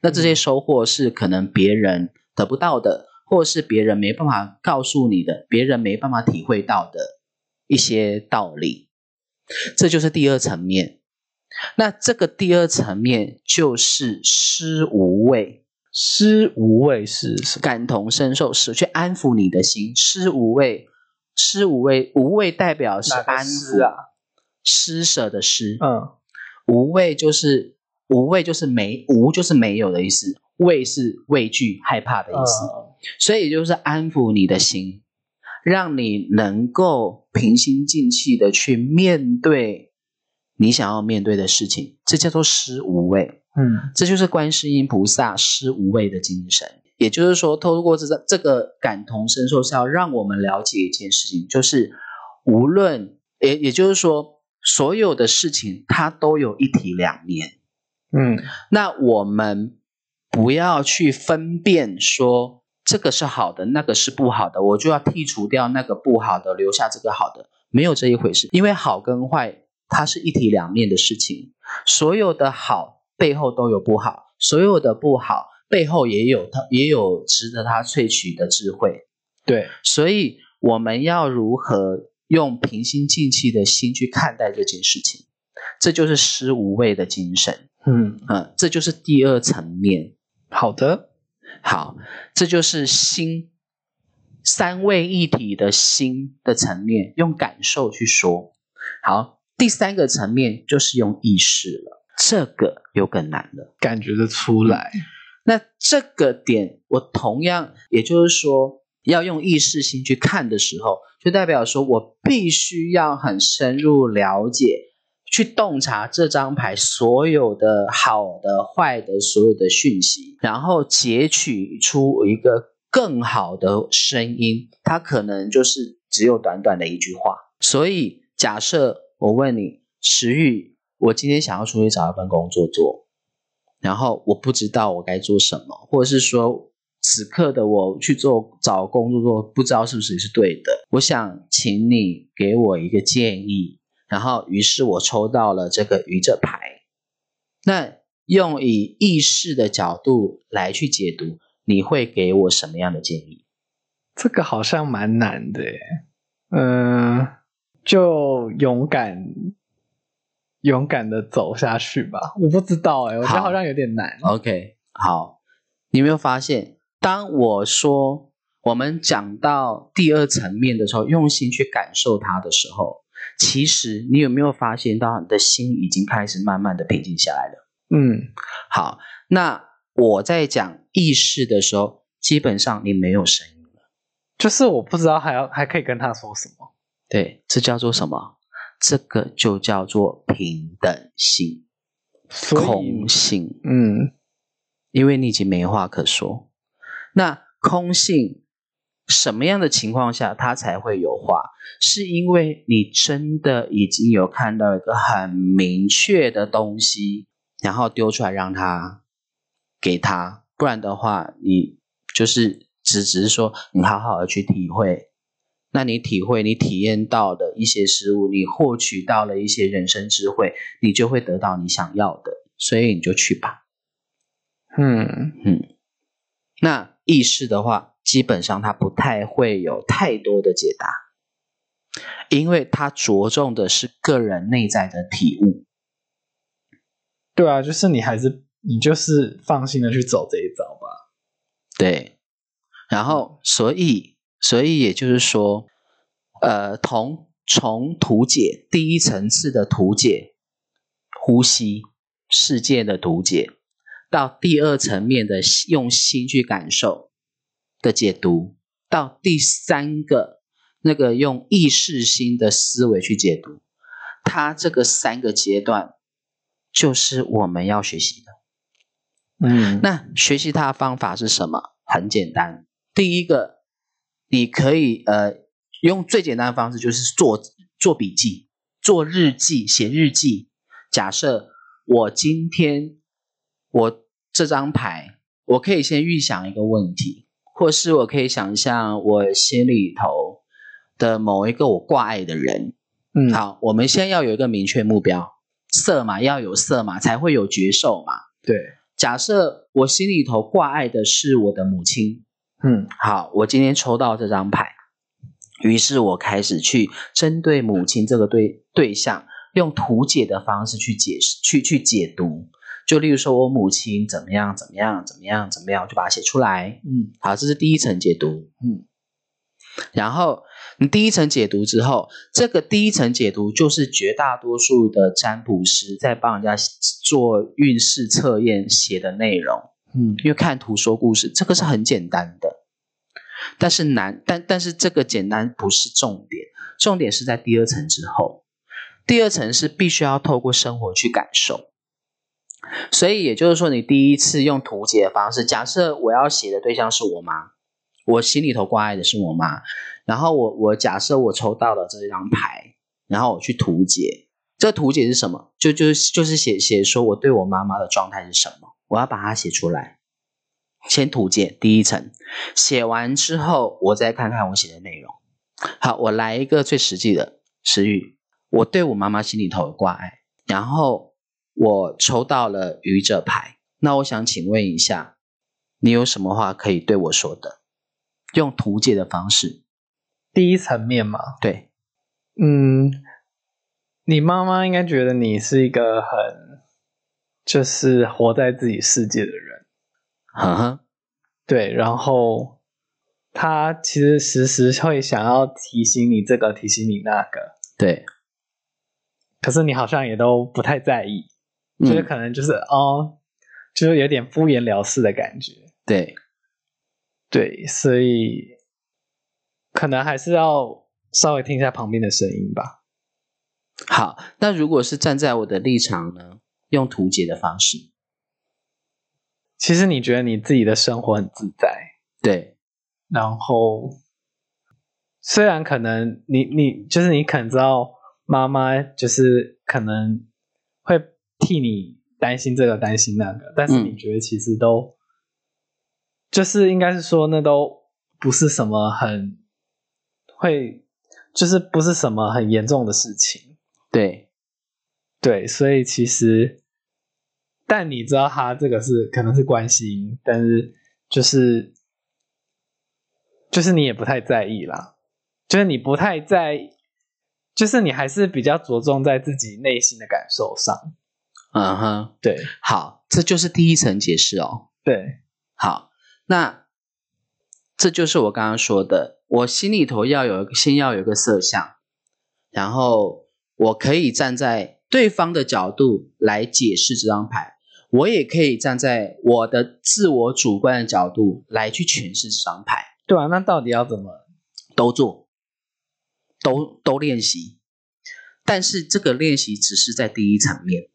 Speaker 1: 那
Speaker 2: 嗯
Speaker 1: 这些收获是可能别人得不到的，或是别人没办法告诉你的，别人没办法体会到的一些道理。这就是第二层面。那这个第二层面就是施无畏，
Speaker 2: 师无畏是什么？
Speaker 1: 感同身受，是去安抚你的心。施无畏，施无畏，无畏代表是
Speaker 2: 哪个
Speaker 1: 安
Speaker 2: 施
Speaker 1: 抚
Speaker 2: 啊，
Speaker 1: 施舍的施，
Speaker 2: 嗯，
Speaker 1: 无畏就是无畏就是没无就是没有的意思，畏是畏惧害怕的意思，
Speaker 2: 嗯
Speaker 1: 所以就是安抚你的心，让你能够平心静气的去面对你想要面对的事情，这叫做施无畏。
Speaker 2: 嗯
Speaker 1: 这就是观世音菩萨施无畏的精神。也就是说，透过这个这个感同身受，是要让我们了解一件事情，就是无论也也就是说，所有的事情它都有一体两面。
Speaker 2: 嗯
Speaker 1: 那我们不要去分辨说这个是好的，那个是不好的，我就要剔除掉那个不好的，留下这个好的，没有这一回事。因为好跟坏，它是一体两面的事情。所有的好背后都有不好，所有的不好背后也有它也有值得它萃取的智慧。
Speaker 2: 对，
Speaker 1: 所以我们要如何用平心静气的心去看待这件事情，这就是施无畏的精神。
Speaker 2: 嗯，
Speaker 1: 嗯，这就是第二层面。
Speaker 2: 好的，
Speaker 1: 好，这就是心三位一体的心的层面，用感受去说。好，第三个层面就是用意识了，这个又更难了。
Speaker 2: 感觉得出来，
Speaker 1: 那这个点，我同样，也就是说，要用意识心去看的时候，就代表说我必须要很深入了解，去洞察这张牌所有的好的、坏的、所有的讯息，然后截取出一个更好的声音。它可能就是只有短短的一句话。所以，假设我问你，石玉，我今天想要出去找一份工作做，然后我不知道我该做什么，或者是说此刻的我去做找工作做，不知道是不是是对的。我想请你给我一个建议，然后于是我抽到了这个愚者牌。那用以意识的角度来去解读，你会给我什么样的建议？
Speaker 2: 这个好像蛮难的耶，嗯、就勇敢，勇敢的走下去吧。我不知道哎，我觉得
Speaker 1: 好
Speaker 2: 好像有点难。
Speaker 1: OK，好，你有没有发现，当我说我们讲到第二层面的时候，用心去感受它的时候，其实你有没有发现到你的心已经开始慢慢的平静下来了？
Speaker 2: 嗯，
Speaker 1: 好，那我在讲意识的时候，基本上你没有声音了。
Speaker 2: 就是我不知道还要还可以跟他说什么。
Speaker 1: 对，这叫做什么？这个就叫做平等性、
Speaker 2: 所以
Speaker 1: 空，性。
Speaker 2: 嗯，
Speaker 1: 因为你已经没话可说。那空性什么样的情况下它才会有话？是因为你真的已经有看到一个很明确的东西，然后丢出来让他给他，不然的话，你就是只只是说你好好的去体会。那你体会、你体验到的一些事物，你获取到了一些人生智慧，你就会得到你想要的，所以你就去吧。
Speaker 2: 嗯，
Speaker 1: 那意识的话，基本上它不太会有太多的解答，因为它着重的是个人内在的体悟。
Speaker 2: 对啊，就是你还是你就是放心的去走这一招吧。
Speaker 1: 对，然后所以所以也就是说，呃，同从图解第一层次的图解，呼吸世界的图解，到第二层面的用心去感受的解读，到第三个那个用意识心的思维去解读，它这个三个阶段就是我们要学习的。
Speaker 2: 嗯，
Speaker 1: 那学习它的方法是什么？很简单，第一个，你可以呃用最简单的方式，就是做做笔记、做日记、写日记。假设我今天我这张牌，我可以先预想一个问题，或是我可以想象我心里头的某一个我挂碍的人，
Speaker 2: 嗯，
Speaker 1: 好，我们先要有一个明确目标，色嘛要有色嘛，才会有角兽嘛。
Speaker 2: 对，
Speaker 1: 假设我心里头挂碍的是我的母亲，
Speaker 2: 嗯
Speaker 1: 好，我今天抽到这张牌，于是我开始去针对母亲这个对对象，用图解的方式去解释、去去解读。就例如说我母亲怎么样、怎么样、怎么样、怎么样，我就把它写出来。
Speaker 2: 嗯
Speaker 1: 好，这是第一层解读。
Speaker 2: 嗯，
Speaker 1: 然后你第一层解读之后，这个第一层解读就是绝大多数的占卜师在帮人家做运势测验写的内容，
Speaker 2: 嗯
Speaker 1: 因为看图说故事，这个是很简单的。但是难，但但是这个简单不是重点，重点是在第二层之后。第二层是必须要透过生活去感受。所以也就是说，你第一次用图解的方式，假设我要写的对象是我妈，我心里头挂碍的是我妈，然后我我假设我抽到了这张牌，然后我去图解，这图解是什么？就就是就是写写说我对我妈妈的状态是什么，我要把它写出来。先图解第一层，写完之后，我再看看我写的内容。好，我来一个最实际的词语，我对我妈妈心里头有挂碍，然后我抽到了愚者牌。那我想请问一下，你有什么话可以对我说的？用图解的方式，
Speaker 2: 第一层面嘛，
Speaker 1: 对，
Speaker 2: 嗯，你妈妈应该觉得你是一个很就是活在自己世界的人，
Speaker 1: 呵呵，
Speaker 2: 对，然后她其实时时会想要提醒你这个，提醒你那个，
Speaker 1: 对，
Speaker 2: 可是你好像也都不太在意，就是
Speaker 1: 嗯、
Speaker 2: 可能就是、哦，就是有点敷衍了事的感觉，
Speaker 1: 对，
Speaker 2: 对，所以可能还是要稍微听一下旁边的声音吧。
Speaker 1: 好。那如果是站在我的立场呢？用图解的方式，
Speaker 2: 其实你觉得你自己的生活很自在，
Speaker 1: 对，
Speaker 2: 然后虽然可能你你就是你可能知道妈妈就是可能会替你担心这个担心那个，但是
Speaker 1: 嗯
Speaker 2: 你觉得其实都、就是应该是说那都不是什么很会，就是不是什么很严重的事情，
Speaker 1: 对，
Speaker 2: 对，所以其实但你知道他这个是可能是关心，但是就是就是你也不太在意啦，就是你不太在，就是你还是比较着重在自己内心的感受上。
Speaker 1: 嗯哼，
Speaker 2: 对
Speaker 1: 好，这就是第一层解释哦。
Speaker 2: 对，
Speaker 1: 好，那这就是我刚刚说的，我心里头要有先要有一个色相，然后我可以站在对方的角度来解释这张牌，我也可以站在我的自我主观的角度来去诠释这张牌，
Speaker 2: 对啊，那到底要怎么？
Speaker 1: 都做，都都练习，但是这个练习只是在第一层面。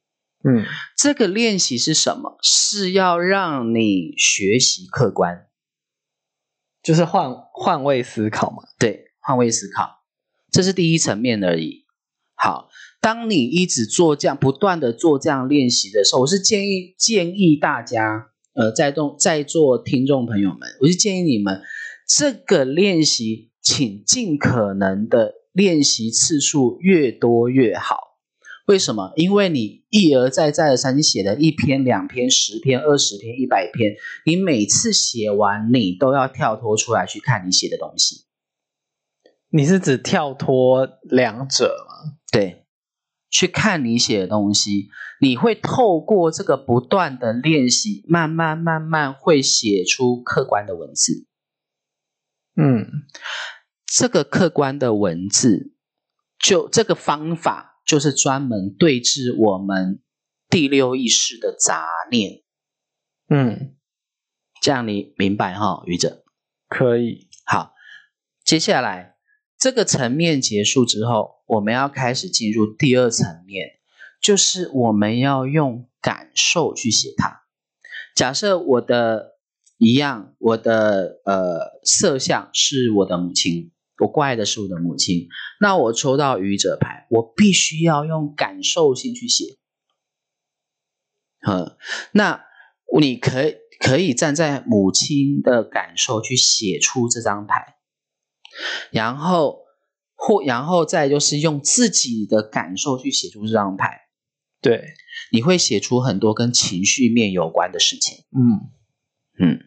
Speaker 2: 嗯
Speaker 1: 这个练习是什么？是要让你学习客观，
Speaker 2: 就是换换位思考嘛。
Speaker 1: 对，换位思考，这是第一层面而已。好，当你一直做这样不断的做这样练习的时候，我是建议建议大家，呃，在动在座听众朋友们，我是建议你们这个练习，请尽可能的练习次数越多越好。为什么？因为你一而再、再而三，你写了一篇、两篇、十篇、二十篇、一百篇，你每次写完，你都要跳脱出来去看你写的东西。
Speaker 2: 你是指跳脱两者吗？
Speaker 1: 对，去看你写的东西，你会透过这个不断的练习，慢慢慢慢会写出客观的文字。
Speaker 2: 嗯，
Speaker 1: 这个客观的文字，就这个方法，就是专门对治我们第六意识的杂念。
Speaker 2: 嗯，
Speaker 1: 这样你明白哈、愚者？
Speaker 2: 可以。
Speaker 1: 好，接下来这个层面结束之后，我们要开始进入第二层面，就是我们要用感受去写它。假设我的一样，我的呃色相是我的母亲，我挂碍的是我的母亲，那我抽到愚者牌，我必须要用感受性去写。嗯，那你可以可以站在母亲的感受去写出这张牌，然后或然后再就是用自己的感受去写出这张牌，
Speaker 2: 对，
Speaker 1: 你会写出很多跟情绪面有关的事情。
Speaker 2: 嗯，
Speaker 1: 嗯，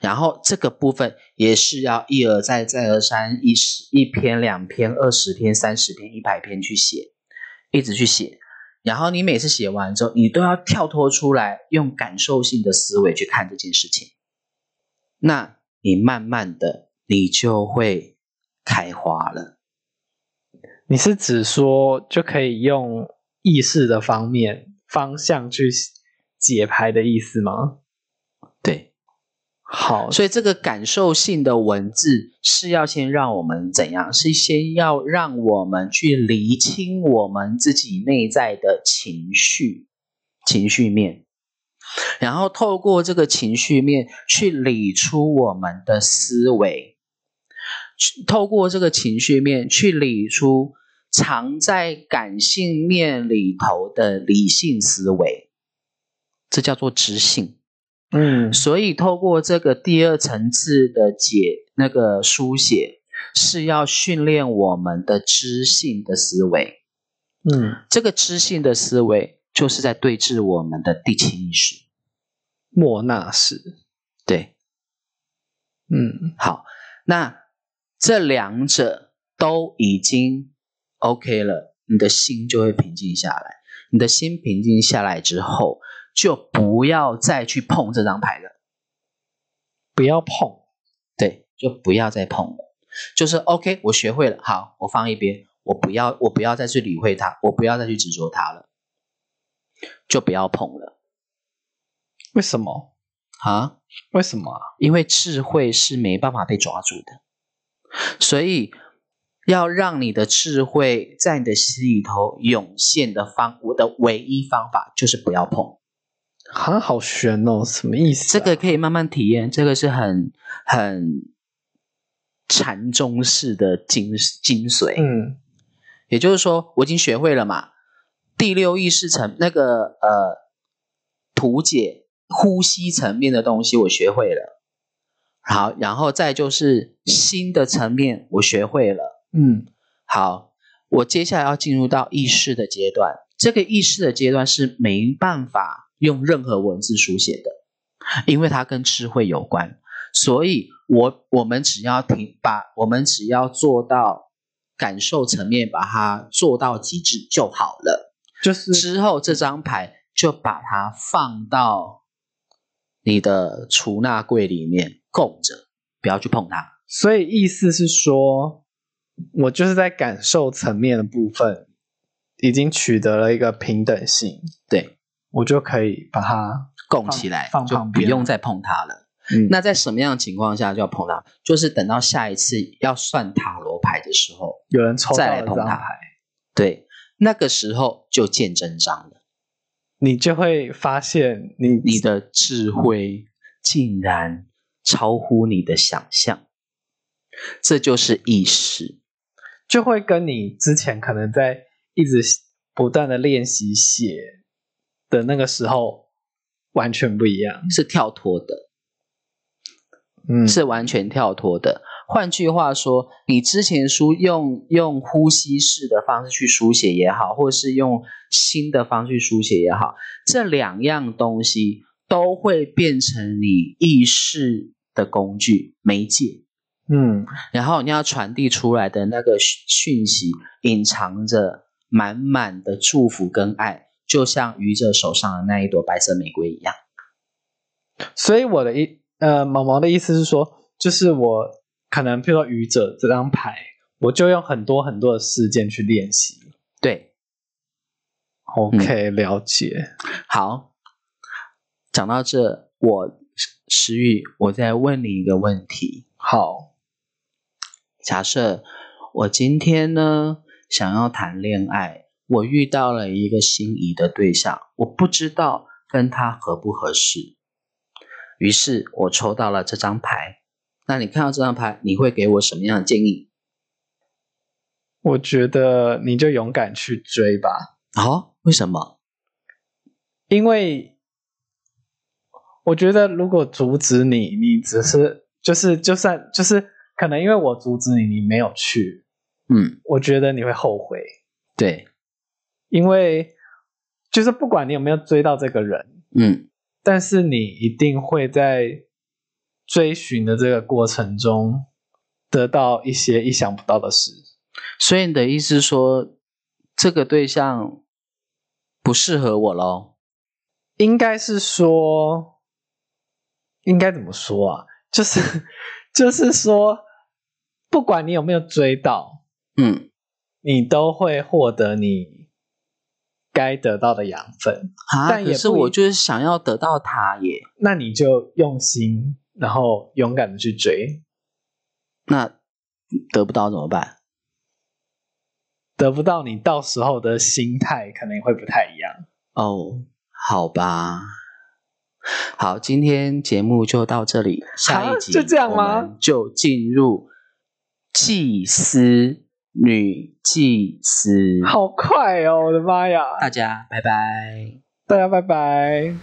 Speaker 1: 然后这个部分也是要一而再、再而三，一十一篇、两篇、二十篇、三十篇、一百篇去写，一直去写。然后你每次写完之后，你都要跳脱出来，用感受性的思维去看这件事情。那你慢慢的，你就会开花了。
Speaker 2: 你是指说就可以用意识的方面方向去解牌的意思吗？
Speaker 1: 对，
Speaker 2: 好，
Speaker 1: 所以这个感受性的文字是要先让我们怎样？是先要让我们去厘清我们自己内在的情绪、情绪面，然后透过这个情绪面去理出我们的思维。去透过这个情绪面去理出藏在感性面里头的理性思维，这叫做知性。
Speaker 2: 嗯
Speaker 1: 所以透过这个第二层次的解那个书写，是要训练我们的知性的思维。
Speaker 2: 嗯，
Speaker 1: 这个知性的思维就是在对峙我们的第七意识。
Speaker 2: 莫纳什，
Speaker 1: 对，
Speaker 2: 嗯
Speaker 1: 好，那这两者都已经 OK 了，你的心就会平静下来。你的心平静下来之后，就不要再去碰这张牌了。
Speaker 2: 不要碰，
Speaker 1: 对，就不要再碰了。就是 OK，我学会了，好，我放一边，我不要，我不要再去理会它，我不要再去执着它了，就不要碰了
Speaker 2: 为什么？
Speaker 1: 啊。
Speaker 2: 为什么啊？
Speaker 1: 因为智慧是没办法被抓住的，所以要让你的智慧在你的心里头涌现的方，我的唯一方法就是不要碰。
Speaker 2: 好像好悬哦，什么意思
Speaker 1: 这
Speaker 2: 啊、
Speaker 1: 个可以慢慢体验，这个是很很禅宗式的精精髓。
Speaker 2: 嗯
Speaker 1: 也就是说，我已经学会了嘛，第六意识层那个呃图解呼吸层面的东西我学会了，好，然后再就是新的层面我学会了，
Speaker 2: 嗯
Speaker 1: 好，我接下来要进入到意识的阶段，这个意识的阶段是没办法用任何文字书写的，因为它跟智慧有关，所以我我们只要停，把我们只要做到感受层面，把它做到极致就好了。
Speaker 2: 就是
Speaker 1: 之后这张牌就把它放到你的储纳柜里面供着，不要去碰它。
Speaker 2: 所以意思是说，我就是在感受层面的部分已经取得了一个平等性，
Speaker 1: 对，
Speaker 2: 我就可以把它
Speaker 1: 供起来
Speaker 2: 放
Speaker 1: 就
Speaker 2: 放旁
Speaker 1: 不
Speaker 2: 边
Speaker 1: 用再碰它了。
Speaker 2: 嗯
Speaker 1: 那在什么样的情况下就要碰它？就是等到下一次要算塔罗牌的时候，
Speaker 2: 有人抽到
Speaker 1: 再来
Speaker 2: 了这
Speaker 1: 碰
Speaker 2: 张
Speaker 1: 它
Speaker 2: 牌，
Speaker 1: 对，那个时候就见真章了。
Speaker 2: 你就会发现你
Speaker 1: 你的智慧竟然超乎你的想象，这就是意识。
Speaker 2: 就会跟你之前可能在一直不断的练习写的那个时候完全不一样，
Speaker 1: 是跳脱的，
Speaker 2: 嗯，
Speaker 1: 是完全跳脱的。换句话说，你之前书用用呼吸式的方式去书写也好，或是用新的方式去书写也好，这两样东西都会变成你意识的工具媒介，
Speaker 2: 嗯
Speaker 1: 然后你要传递出来的那个讯讯息，隐藏着满满的祝福跟爱，就像愚者手上的那一朵白色玫瑰一样。
Speaker 2: 所以我的意呃，毛毛的意思是说，就是我可能譬如说愚者这张牌，我就用很多很多的事件去练习。
Speaker 1: 对，嗯
Speaker 2: OK，、了解。
Speaker 1: 好，讲到这，我石宇，我再问你一个问题：
Speaker 2: 好，
Speaker 1: 假设我今天呢想要谈恋爱，我遇到了一个心仪的对象，我不知道跟他合不合适，于是我抽到了这张牌。那你看到这张牌，你会给我什么样的建议？
Speaker 2: 我觉得你就勇敢去追吧，
Speaker 1: 哦，为什么？
Speaker 2: 因为我觉得如果阻止你，你只是就是就算就是可能因为我阻止你，你没有去，
Speaker 1: 嗯，
Speaker 2: 我觉得你会后悔，
Speaker 1: 对，
Speaker 2: 因为就是不管你有没有追到这个人，
Speaker 1: 嗯，
Speaker 2: 但是你一定会在追寻的这个过程中得到一些意想不到的事。
Speaker 1: 所以你的意思是说，这个对象不适合我喽？
Speaker 2: 应该是说， 应该怎么说啊？就是就是说，不管你有没有追到，
Speaker 1: 嗯，
Speaker 2: 你都会获得你该得到的养分。
Speaker 1: 啊，
Speaker 2: 但也
Speaker 1: 可是
Speaker 2: 不一
Speaker 1: 我就是想要得到它耶。
Speaker 2: 那你就用心，然后勇敢的去追，
Speaker 1: 那得不到怎么办？
Speaker 2: 得不到你到时候的心态可能会不太一样。
Speaker 1: 哦，好吧，好，今天节目就到这里，下一
Speaker 2: 啊
Speaker 1: 集
Speaker 2: 就这样吗？
Speaker 1: 就进入祭司女祭司，
Speaker 2: 好快哦，我的妈呀！
Speaker 1: 大家拜拜。
Speaker 2: 大家拜拜。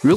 Speaker 1: 如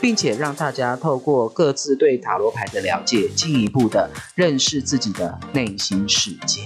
Speaker 1: 并且让大家透过各自对塔罗牌的了解，进一步的认识自己的内心世界。